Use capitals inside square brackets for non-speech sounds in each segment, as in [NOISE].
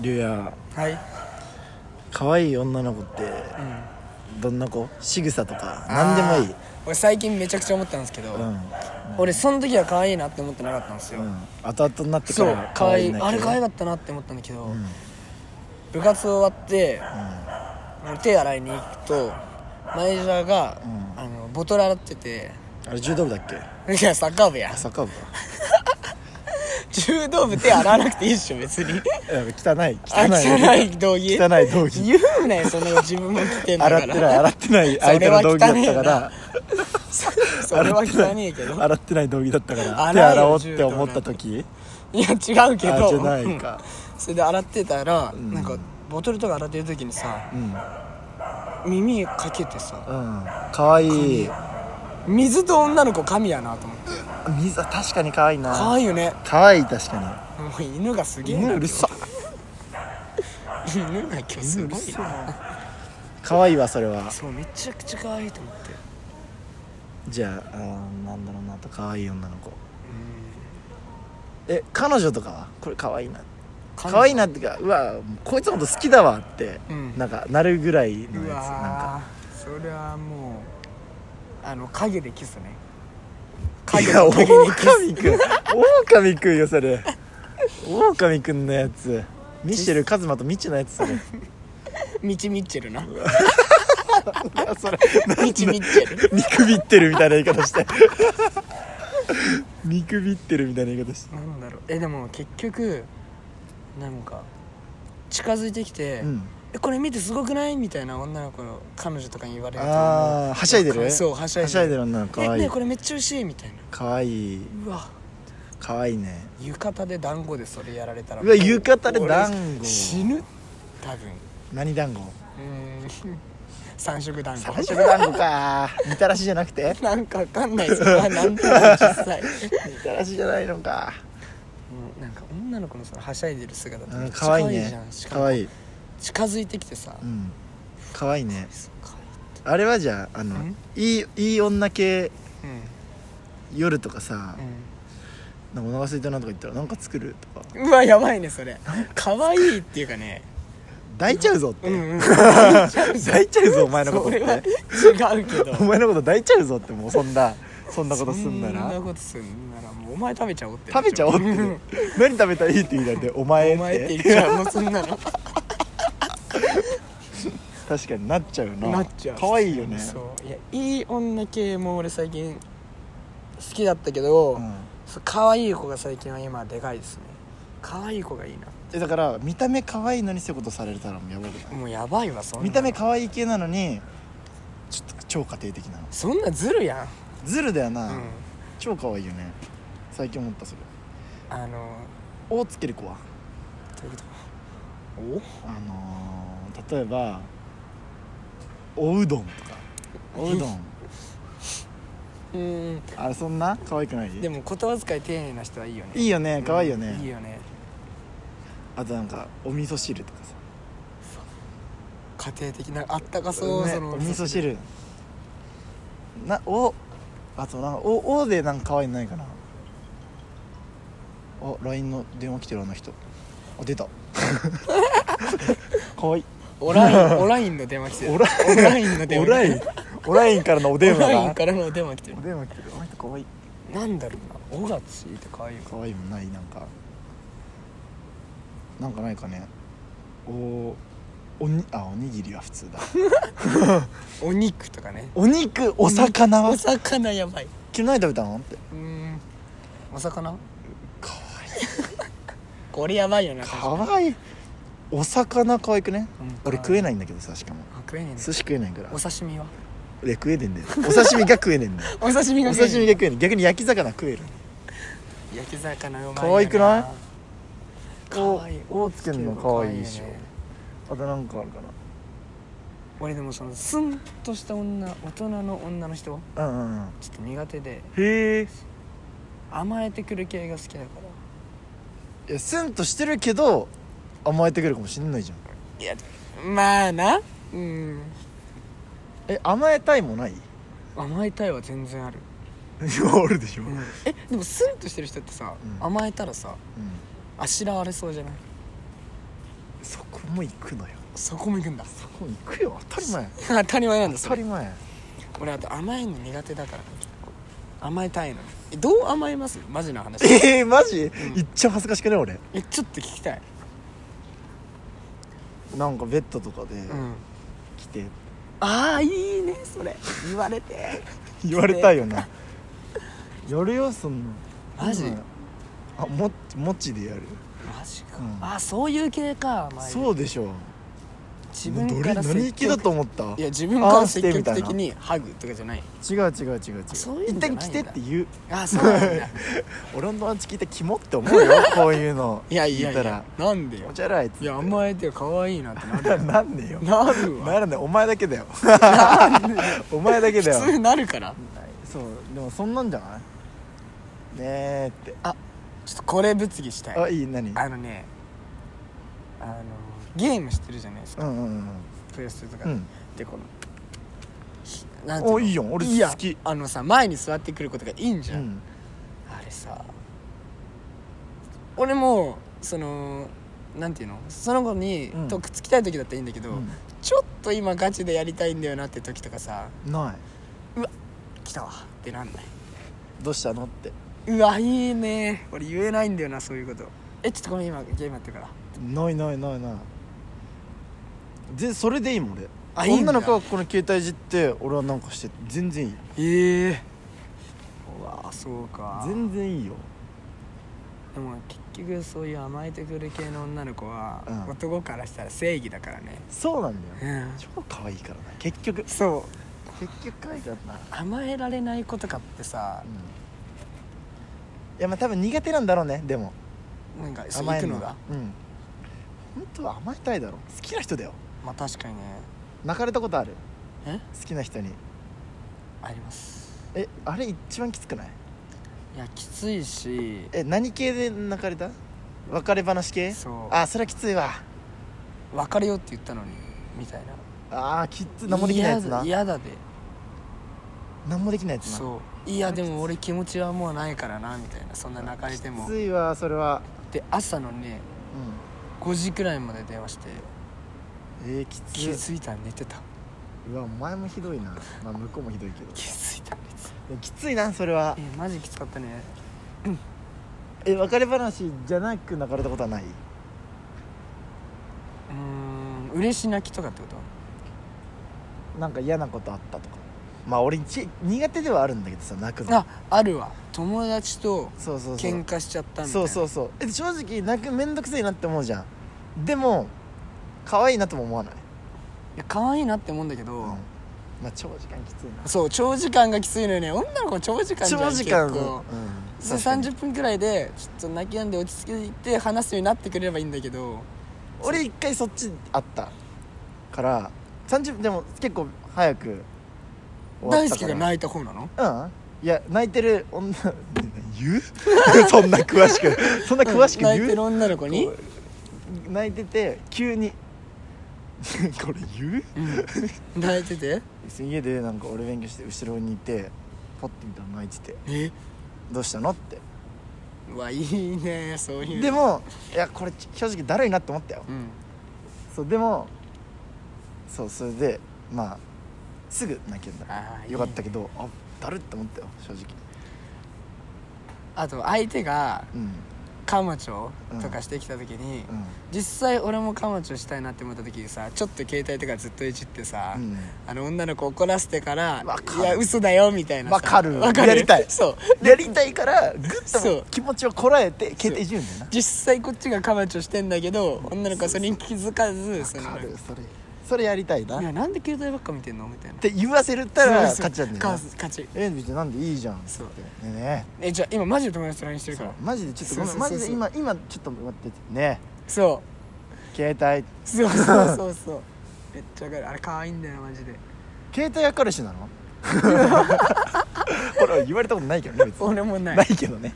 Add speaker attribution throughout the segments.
Speaker 1: 竜也
Speaker 2: はい
Speaker 1: 可愛い女の子って、どんな子仕草とか何でもいい
Speaker 2: あー俺最近めちゃくちゃ思ったんですけど、
Speaker 1: うん、
Speaker 2: 俺その時は可愛いなって思ってなかったんですよ、
Speaker 1: うん、後々になってか
Speaker 2: そう
Speaker 1: ら
Speaker 2: 可愛い
Speaker 1: んだ
Speaker 2: あ
Speaker 1: け
Speaker 2: れ
Speaker 1: ど
Speaker 2: 可愛かったなって思ったんだけど、部活終わって、手洗いに行くとマネージャーが、
Speaker 1: ん
Speaker 2: あのボトル洗ってて
Speaker 1: あれ柔道部だっけ
Speaker 2: いやサッカー部や
Speaker 1: あサッカー部
Speaker 2: [LAUGHS] 柔道部手洗わなくていいっしょ別に
Speaker 1: かいや汚い
Speaker 2: あ
Speaker 1: 汚
Speaker 2: 汚
Speaker 1: い
Speaker 2: い道着
Speaker 1: 汚い道着
Speaker 2: 言うなよそんなの自分も着てんだ
Speaker 1: 洗っ
Speaker 2: か
Speaker 1: て
Speaker 2: ら
Speaker 1: ない洗ってない相手の道着だったから
Speaker 2: [LAUGHS] それは汚ねえけど
Speaker 1: 洗ってない道着だったから手
Speaker 2: 洗え
Speaker 1: 洗お
Speaker 2: よ
Speaker 1: うって思った時
Speaker 2: いや違うけど
Speaker 1: あじゃないか
Speaker 2: うんそれで洗ってたら、なんかボトルとか洗ってる時にさ
Speaker 1: うんうん
Speaker 2: 耳かけてさ
Speaker 1: 可愛い
Speaker 2: 水と女の子神やなと思って
Speaker 1: 水は確かに可愛いな
Speaker 2: 可愛いよね
Speaker 1: 可愛い確か
Speaker 2: もう犬がすげ
Speaker 1: に
Speaker 2: えな
Speaker 1: 犬うるさ
Speaker 2: 犬が今日すごいな
Speaker 1: 可愛いわそれは
Speaker 2: そうめちゃくちゃ可愛いと思って
Speaker 1: じゃああーなんだろうなと可愛い女の子え彼女とかはこれ可愛いな可愛いなってかうわこいつのこと好きだわって、
Speaker 2: うん
Speaker 1: なんかなるぐらいのやつ
Speaker 2: う
Speaker 1: なんか
Speaker 2: わーそれはもうあの影でキスね
Speaker 1: い
Speaker 2: 影
Speaker 1: や
Speaker 2: の影でキス
Speaker 1: 狼くん狼くんよそれ狼くんのやつミシェルカズマとミチのやつそれ
Speaker 2: [LAUGHS] ミチミッチェルな
Speaker 1: あそれ
Speaker 2: ミチミッチェル
Speaker 1: 見くびってるみたいな言い方して見くびってるみたいな言い方して
Speaker 2: なんだろうえでも結局なんか近づいてきて、
Speaker 1: うん
Speaker 2: えこれ見てすごくないみたいな女の子の彼女とかに言われると
Speaker 1: ああはしゃいでる
Speaker 2: そうはしゃいでる
Speaker 1: る女の子
Speaker 2: え
Speaker 1: かわい
Speaker 2: ねえ
Speaker 1: い
Speaker 2: これめっちゃ嬉しいみたいな
Speaker 1: かわいいう
Speaker 2: わ
Speaker 1: かわいいね
Speaker 2: 浴衣で団子でそれやられたら
Speaker 1: うわ浴衣で団子
Speaker 2: 俺死ぬ多分
Speaker 1: 何団子
Speaker 2: うーん [LAUGHS] 三色団
Speaker 1: 三
Speaker 2: 子 [LAUGHS]
Speaker 1: 色団子かみたらしじゃなくて
Speaker 2: なんかわかんないそれはなんと [LAUGHS] も実際
Speaker 1: みたらしじゃないのか
Speaker 2: うんなんか女の子のそのはしゃいでる姿ってめっちゃ
Speaker 1: かわいい
Speaker 2: 可愛いじ
Speaker 1: ね
Speaker 2: ゃんしか
Speaker 1: か
Speaker 2: も
Speaker 1: わいい
Speaker 2: 近づいてきてさ、
Speaker 1: うんかわいいね
Speaker 2: すごい
Speaker 1: あれはじゃああの
Speaker 2: ん
Speaker 1: いいいい女系
Speaker 2: うん
Speaker 1: 夜とかさ「
Speaker 2: うん
Speaker 1: なんかお腹空いたな」とか言ったら「なんか作る?」とか
Speaker 2: うわやばいねそれ可愛いっていうかね
Speaker 1: 「抱いちゃうぞ」って
Speaker 2: うんう
Speaker 1: 「
Speaker 2: ん
Speaker 1: 抱いちゃうぞお前のこと」
Speaker 2: そ
Speaker 1: っ
Speaker 2: れは
Speaker 1: て
Speaker 2: 違うけど
Speaker 1: 「お前のこと抱いちゃうぞ」ってもうそんなそんなことすんな
Speaker 2: そんな
Speaker 1: ら
Speaker 2: ことすんならもうお前食べちゃおうって
Speaker 1: 食べちゃおうって
Speaker 2: ん
Speaker 1: 何食べたらいいって言いたいんで「お前」
Speaker 2: お前っ
Speaker 1: ってて
Speaker 2: 言っちゃうもうそん
Speaker 1: [LAUGHS]
Speaker 2: なの
Speaker 1: 確かになっちゃうな
Speaker 2: なっちゃう
Speaker 1: 可愛いよね
Speaker 2: そういやいい女系も俺最近好きだったけど、
Speaker 1: うん
Speaker 2: そう可愛い子が最近は今でかいですね可愛い子がいいな
Speaker 1: えだから見た目可愛いのにそういうことされたらもうやばくない
Speaker 2: もうやばいわそんな
Speaker 1: 見た目可愛い系なのにちょっと超家庭的なの
Speaker 2: そんなずるや
Speaker 1: ズルだよな、
Speaker 2: ん、うん、
Speaker 1: 超可愛いよね最近思ったそれ
Speaker 2: あの
Speaker 1: 「お」つける子は
Speaker 2: どういうこと
Speaker 1: あのー、例えば「おうどん」とか「おう
Speaker 2: [LAUGHS]
Speaker 1: どん
Speaker 2: おうん」
Speaker 1: あれそんな可愛くない
Speaker 2: でも言葉遣い丁寧な人はいいよね
Speaker 1: いいよね可愛いよね、
Speaker 2: いいよね
Speaker 1: あとなんかお味噌汁とかさ
Speaker 2: 家庭的なあったかそう、
Speaker 1: ね
Speaker 2: その
Speaker 1: お味噌汁なおあとなんかおおでなんか可愛いのないかなお LINE の電話来てるあの人あ出
Speaker 2: [LAUGHS]
Speaker 1: た可愛い
Speaker 2: オラ
Speaker 1: [LAUGHS]
Speaker 2: インオラインの電話来てる
Speaker 1: オラ
Speaker 2: インオラインの電
Speaker 1: オ
Speaker 2: 話
Speaker 1: ラインオラインからのお
Speaker 2: オ
Speaker 1: 電話
Speaker 2: ライン
Speaker 1: が
Speaker 2: からのお電話来てる
Speaker 1: お電話来てるあの人可愛い
Speaker 2: なんだろうなオガチって可愛いよ
Speaker 1: 可愛いもんないなんかなんかないかねおおにあおにぎりは普通だ
Speaker 2: お肉とかね
Speaker 1: お肉お魚は
Speaker 2: お魚やばい
Speaker 1: 昨日何食べたのって
Speaker 2: うーんお魚
Speaker 1: 可愛い
Speaker 2: これやばいよな
Speaker 1: 可愛いお魚可愛くね、
Speaker 2: うん
Speaker 1: 俺食えないんだけどさしかも
Speaker 2: あ食えねえんだ
Speaker 1: 寿司食えないから
Speaker 2: お刺身は
Speaker 1: で食えねえんだよお刺身が食えねえんだ [LAUGHS] よ
Speaker 2: お刺身
Speaker 1: お
Speaker 2: が
Speaker 1: 刺身
Speaker 2: が
Speaker 1: が食えねえ逆に焼き魚食える
Speaker 2: 焼き魚うまいよな
Speaker 1: 可愛くない
Speaker 2: 可愛い
Speaker 1: おおつけるの可愛いでしょ
Speaker 2: 可愛よね
Speaker 1: あとなんかあるか
Speaker 2: 俺でもそのスンとした女大人の女の人
Speaker 1: なうんうんうん
Speaker 2: ちょっと苦手で
Speaker 1: へえ
Speaker 2: 甘えてくる系が好きだから
Speaker 1: いやスンとしてるけど甘えてくるかもしんないじゃん
Speaker 2: いやまあなうん
Speaker 1: え甘えたい [LAUGHS] もないい
Speaker 2: 甘えたいは全然ある、
Speaker 1: やあるでしょ、うん
Speaker 2: えでもスンとしてる人ってさ、
Speaker 1: うん
Speaker 2: 甘えたらさあしらわれそうじゃない
Speaker 1: そこも行くのよ
Speaker 2: そこも行くんだ
Speaker 1: そこも行くよ当たり前
Speaker 2: [LAUGHS] 当たり前なんだ
Speaker 1: 当
Speaker 2: そ
Speaker 1: た
Speaker 2: れ
Speaker 1: り前
Speaker 2: 俺あと甘いの苦手だから結構甘えたいのえどう甘えますマジな話
Speaker 1: えー、マジ、いっちゃ恥ずかしくない俺
Speaker 2: えちょっと聞きたい
Speaker 1: なんかベッドとかで
Speaker 2: うん
Speaker 1: 来て、
Speaker 2: ああいいねそれ言われて
Speaker 1: 言われたいよ
Speaker 2: [LAUGHS]
Speaker 1: なやるよそんな
Speaker 2: マジ
Speaker 1: あももちでやる
Speaker 2: マジか、
Speaker 1: うん
Speaker 2: ああそういう系か前
Speaker 1: そうでしょ
Speaker 2: 自
Speaker 1: もうど
Speaker 2: 分
Speaker 1: れ
Speaker 2: から
Speaker 1: 何
Speaker 2: 積
Speaker 1: 行きだ
Speaker 2: 極
Speaker 1: と思った
Speaker 2: いや自分から積
Speaker 1: あーしてみた
Speaker 2: 極
Speaker 1: いな
Speaker 2: 的にハグとかじゃない
Speaker 1: 違う違う違う違う
Speaker 2: そういう
Speaker 1: 一
Speaker 2: のじゃ
Speaker 1: 旦
Speaker 2: ない
Speaker 1: 来
Speaker 2: んだ
Speaker 1: てって言う
Speaker 2: ああそうな
Speaker 1: [LAUGHS]
Speaker 2: んだ
Speaker 1: 俺の友達聞いてキモって思
Speaker 2: [LAUGHS]
Speaker 1: うよこういうの
Speaker 2: いやいやい
Speaker 1: 聞いたら
Speaker 2: やなん
Speaker 1: 「
Speaker 2: でよ
Speaker 1: おじゃらい」っつって
Speaker 2: いや甘えてよ可愛いなってなる
Speaker 1: ななんねえよ
Speaker 2: なるわ
Speaker 1: ならねお前だけだよお前だけだ
Speaker 2: 普通
Speaker 1: よ
Speaker 2: になるから
Speaker 1: そうでもそんなんじゃないねえって
Speaker 2: ちょっとこれ物議したい
Speaker 1: あいい何
Speaker 2: あのねあのゲームしてるじゃないです
Speaker 1: う
Speaker 2: か、
Speaker 1: んうん
Speaker 2: プレステとか
Speaker 1: う
Speaker 2: で、
Speaker 1: ん
Speaker 2: でこのなんていうの
Speaker 1: おいいよ俺
Speaker 2: いや
Speaker 1: 好き
Speaker 2: あのさ前に座ってくることがいいんじ
Speaker 1: う
Speaker 2: ゃん、
Speaker 1: ん
Speaker 2: あれさ俺もそのなんていうのその子に、
Speaker 1: うん
Speaker 2: とくっつきたい時だったらいいんだけど、ちょっと今ガチでやりたいんだよなって時とかさ
Speaker 1: うんな
Speaker 2: 来たわってなんない
Speaker 1: いどうしたのって
Speaker 2: うわいいね俺言えないんだよなそういうことえちょっとごめん今ゲームやってるから
Speaker 1: ないないないないでそれでいいもん俺
Speaker 2: あいいんだ
Speaker 1: 女の子がこの携帯いじって俺はなんかして全然いい
Speaker 2: ええうわそうか
Speaker 1: 全然いいよ
Speaker 2: でも結局そういう甘えてくる系の女の子は、
Speaker 1: うん
Speaker 2: 男からしたら正義だからね
Speaker 1: そうなんだよ
Speaker 2: うん
Speaker 1: 超可愛いからな結局
Speaker 2: そう
Speaker 1: 結局可愛いからな、
Speaker 2: 甘えられない子とかってさ
Speaker 1: うん、いやまあ多分苦手なんだろうねでも
Speaker 2: なんかそう
Speaker 1: 甘
Speaker 2: 行
Speaker 1: え
Speaker 2: く
Speaker 1: る
Speaker 2: の
Speaker 1: の
Speaker 2: が
Speaker 1: がうん本当は甘えたいだろ好きな人だよ
Speaker 2: まあ確かにね
Speaker 1: 泣かれたことある
Speaker 2: え
Speaker 1: 好きな人に
Speaker 2: あります
Speaker 1: えあれ一番きつくない
Speaker 2: いやきついし
Speaker 1: え何系で泣かれた別れ話系
Speaker 2: そう
Speaker 1: あそれはきついわ
Speaker 2: 別れようって言ったのにみたいな
Speaker 1: あーきっつ何もできないやつな
Speaker 2: 嫌だ嫌だで
Speaker 1: 何もできないやつな
Speaker 2: そういやでも俺気持ちはもうないからなみたいなそんな泣かれて
Speaker 1: き
Speaker 2: も
Speaker 1: ついわそれは
Speaker 2: で朝のね5時くらいまで電話して
Speaker 1: うんえー、き
Speaker 2: 気
Speaker 1: つ
Speaker 2: づいたら寝てた
Speaker 1: いうわお前もひどいな、まあ、向こうもひどいけど
Speaker 2: 気づいたら寝てた
Speaker 1: でもきついなそれは
Speaker 2: えマジきつかったね
Speaker 1: え別れ話じゃなく泣かれたことはないう
Speaker 2: ーん嬉し泣きとかってこと
Speaker 1: なんか嫌なことあったとかまあ俺ち苦手ではあるんだけどさ泣くの
Speaker 2: ああるわ友達と
Speaker 1: そうそうそう
Speaker 2: 喧嘩しちゃったみたい
Speaker 1: そ
Speaker 2: な
Speaker 1: うそうそうえ正直泣くめんどくせえなって思うじゃんでも可愛いなとも思わない、
Speaker 2: いや可愛いなって思うんだけど、
Speaker 1: うんまあ長時間きついな
Speaker 2: そう長時間がきついのよね女の子長時間じゃん
Speaker 1: 長時間
Speaker 2: 結構
Speaker 1: うん
Speaker 2: それ
Speaker 1: 確かに
Speaker 2: 30分くらいでちょっと泣き止んで落ち着いて話すようになってくれればいいんだけど
Speaker 1: 俺一回そっちあったから30分でも結構早く
Speaker 2: 大好きが
Speaker 1: い
Speaker 2: 泣いた方なの
Speaker 1: うんいや泣いてる女言う [LAUGHS] そんな詳しくそんな詳しく
Speaker 2: 泣い
Speaker 1: 言
Speaker 2: て
Speaker 1: う、
Speaker 2: る女の子に、
Speaker 1: 泣いてて急に [LAUGHS] これ言う
Speaker 2: うん、泣いてて
Speaker 1: 家でなんか俺勉強して後ろにいてパッて見たら泣いてて
Speaker 2: え
Speaker 1: 「どうしたの?」って
Speaker 2: うわいいねそういう
Speaker 1: でもいやこれ正直だるいなって思ったよ
Speaker 2: うん
Speaker 1: そうでもそうそれでまあすぐ泣けんだ
Speaker 2: あー
Speaker 1: よかった
Speaker 2: いい
Speaker 1: けどあだるって思ったよ正直
Speaker 2: あと相手が
Speaker 1: うん
Speaker 2: カマチョとかしてきた時に、実際俺もカマチョしたいなって思った時にさちょっと携帯とかずっといじってさ、
Speaker 1: うん、
Speaker 2: [LAUGHS] あの女の子怒らせてから
Speaker 1: わかる
Speaker 2: いや嘘だよみたいなさ
Speaker 1: わかる
Speaker 2: わかる
Speaker 1: やりたい
Speaker 2: そう
Speaker 1: うん、やりたいからグ
Speaker 2: そ
Speaker 1: ッ
Speaker 2: う
Speaker 1: と気持ちをこらえて携帯いじるんだよな
Speaker 2: 実際こっちがカマチョしてんだけど女の子はそれに気づかずそ
Speaker 1: わ
Speaker 2: の
Speaker 1: かるそれそれやりたいなっ
Speaker 2: いやなんで携帯ばっか見てんのみたいな
Speaker 1: て言わせるったら
Speaker 2: そうそう
Speaker 1: 勝ちなんだよな
Speaker 2: 勝つ勝ち
Speaker 1: えんじゃなんでいいじゃん
Speaker 2: そう
Speaker 1: ねえね
Speaker 2: えじゃあ今マジで友達と LINE して
Speaker 1: え
Speaker 2: るから
Speaker 1: マジでちょっとごめ
Speaker 2: そ
Speaker 1: ん
Speaker 2: うそう
Speaker 1: マ
Speaker 2: そう
Speaker 1: ジ
Speaker 2: そう
Speaker 1: で今今ちょっと待っててね
Speaker 2: そ
Speaker 1: え携帯
Speaker 2: うそうそ
Speaker 1: [LAUGHS]
Speaker 2: うそうそうめっちゃわかるあれ可愛いんだよマジで
Speaker 1: 携帯は彼氏な
Speaker 2: [LAUGHS]
Speaker 1: のこれは言われたことないけどね別に
Speaker 2: 俺もない
Speaker 1: ないけどね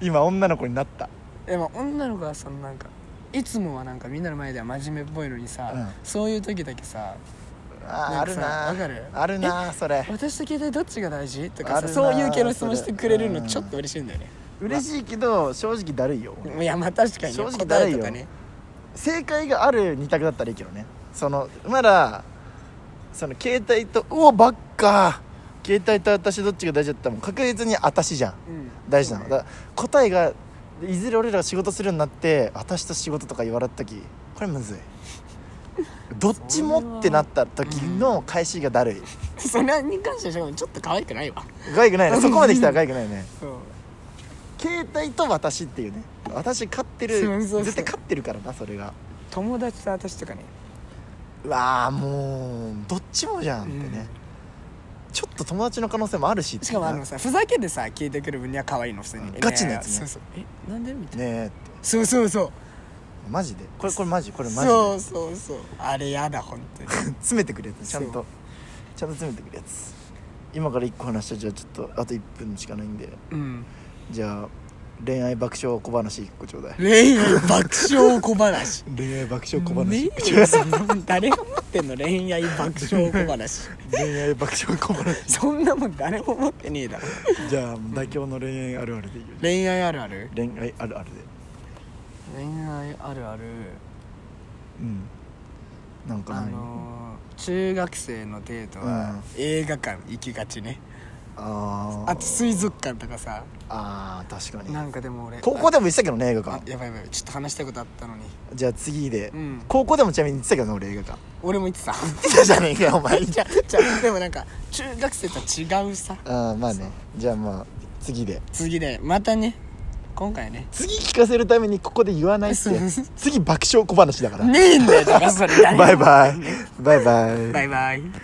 Speaker 1: 今女の子になった
Speaker 2: でも女の子はそのなんかいつもはなんかみんなの前では真面目っぽいのにさ、
Speaker 1: うん
Speaker 2: そういう時だけさ
Speaker 1: あー
Speaker 2: な
Speaker 1: あ
Speaker 2: んか
Speaker 1: る
Speaker 2: さ
Speaker 1: な
Speaker 2: わかる
Speaker 1: あるなそれ
Speaker 2: 私と携帯どっちが大事とか
Speaker 1: あ
Speaker 2: さ
Speaker 1: るな
Speaker 2: そういう系の質問してくれる
Speaker 1: そ
Speaker 2: の
Speaker 1: れ
Speaker 2: ちょっと嬉しいんだよね
Speaker 1: 嬉しいけど正直だるいよ
Speaker 2: いやまあ確かにね
Speaker 1: 正直だ
Speaker 2: 答
Speaker 1: る
Speaker 2: え
Speaker 1: いよ
Speaker 2: とかね
Speaker 1: 正解がある2択だったらいいけどねそのならその携帯と「うおばっか携帯と私どっちが大事だったもん確実に私じゃん
Speaker 2: うん
Speaker 1: 大事なの、
Speaker 2: そうね
Speaker 1: だから答えがいずれ俺らが仕事するようになって私と仕事とか言われた時これむずいどっちもってなった時の返しがだるい
Speaker 2: [LAUGHS] それに関してはしかもちょっと可愛くないわ
Speaker 1: かわいく
Speaker 2: [LAUGHS]
Speaker 1: ないねそこまで来たらかわいくないね
Speaker 2: そう
Speaker 1: 携帯と私っていうね私勝って
Speaker 2: そう
Speaker 1: る
Speaker 2: そうそう
Speaker 1: 絶対勝ってるからなそれが
Speaker 2: 友達と私とかね
Speaker 1: うわあもうどっちもじゃんってね、ちょっと友達の可能性もあるしって
Speaker 2: しかもあ
Speaker 1: な
Speaker 2: のさふざけてさ聞いてくる分には可愛いの普通に、
Speaker 1: うんガチなやつね
Speaker 2: そうそうえなんでみたいな、
Speaker 1: ねえって
Speaker 2: そうそうそう
Speaker 1: マジでこれこれマジこれマジで
Speaker 2: そうそうそうあれやだ本当に
Speaker 1: 詰めてくるやつちゃん
Speaker 2: そ
Speaker 1: とちゃんと詰めてくるやつ今から1個話したじゃあちょっとあと1分しかないんで
Speaker 2: うん
Speaker 1: じゃあ恋愛爆笑小話1個ちょうだい
Speaker 2: 恋愛爆笑小話
Speaker 1: 恋愛爆笑小
Speaker 2: ね
Speaker 1: 話、
Speaker 2: えよそんなもん誰が持ってんの恋愛爆笑小話
Speaker 1: [LAUGHS] 恋愛爆笑小話
Speaker 2: [LAUGHS] そんなもん誰も持ってねえだろ
Speaker 1: じゃあもう妥協の恋愛あるあるでいいよ
Speaker 2: 恋愛あるある
Speaker 1: 恋愛あるあるで
Speaker 2: 恋愛あるある
Speaker 1: うんなんか
Speaker 2: あ
Speaker 1: ない、
Speaker 2: のー中学生のデートは映画館行きがちね、
Speaker 1: あー
Speaker 2: あと水族館とかさ
Speaker 1: あー確かに
Speaker 2: なんかでも俺
Speaker 1: 高校でも言ってたけどね映画
Speaker 2: ああ
Speaker 1: 館
Speaker 2: やばいやばいちょっと話したいことあったのに
Speaker 1: じゃあ次で、
Speaker 2: うん
Speaker 1: 高校でもちなみに言ってたけどね俺映画館
Speaker 2: 俺も言ってた
Speaker 1: 言ってたじゃねえかよお前
Speaker 2: じゃあじゃあでもなんか中学生とは違うさ
Speaker 1: [LAUGHS] ああまあねじゃあまあ次で
Speaker 2: 次でまたね今回ね
Speaker 1: 次聞かせるためにここで言わないって
Speaker 2: そう
Speaker 1: [LAUGHS]
Speaker 2: そう
Speaker 1: 次爆笑小話だから、
Speaker 2: [LAUGHS] ねえんだよだからそれ
Speaker 1: バイバイバイバイ
Speaker 2: バイバイ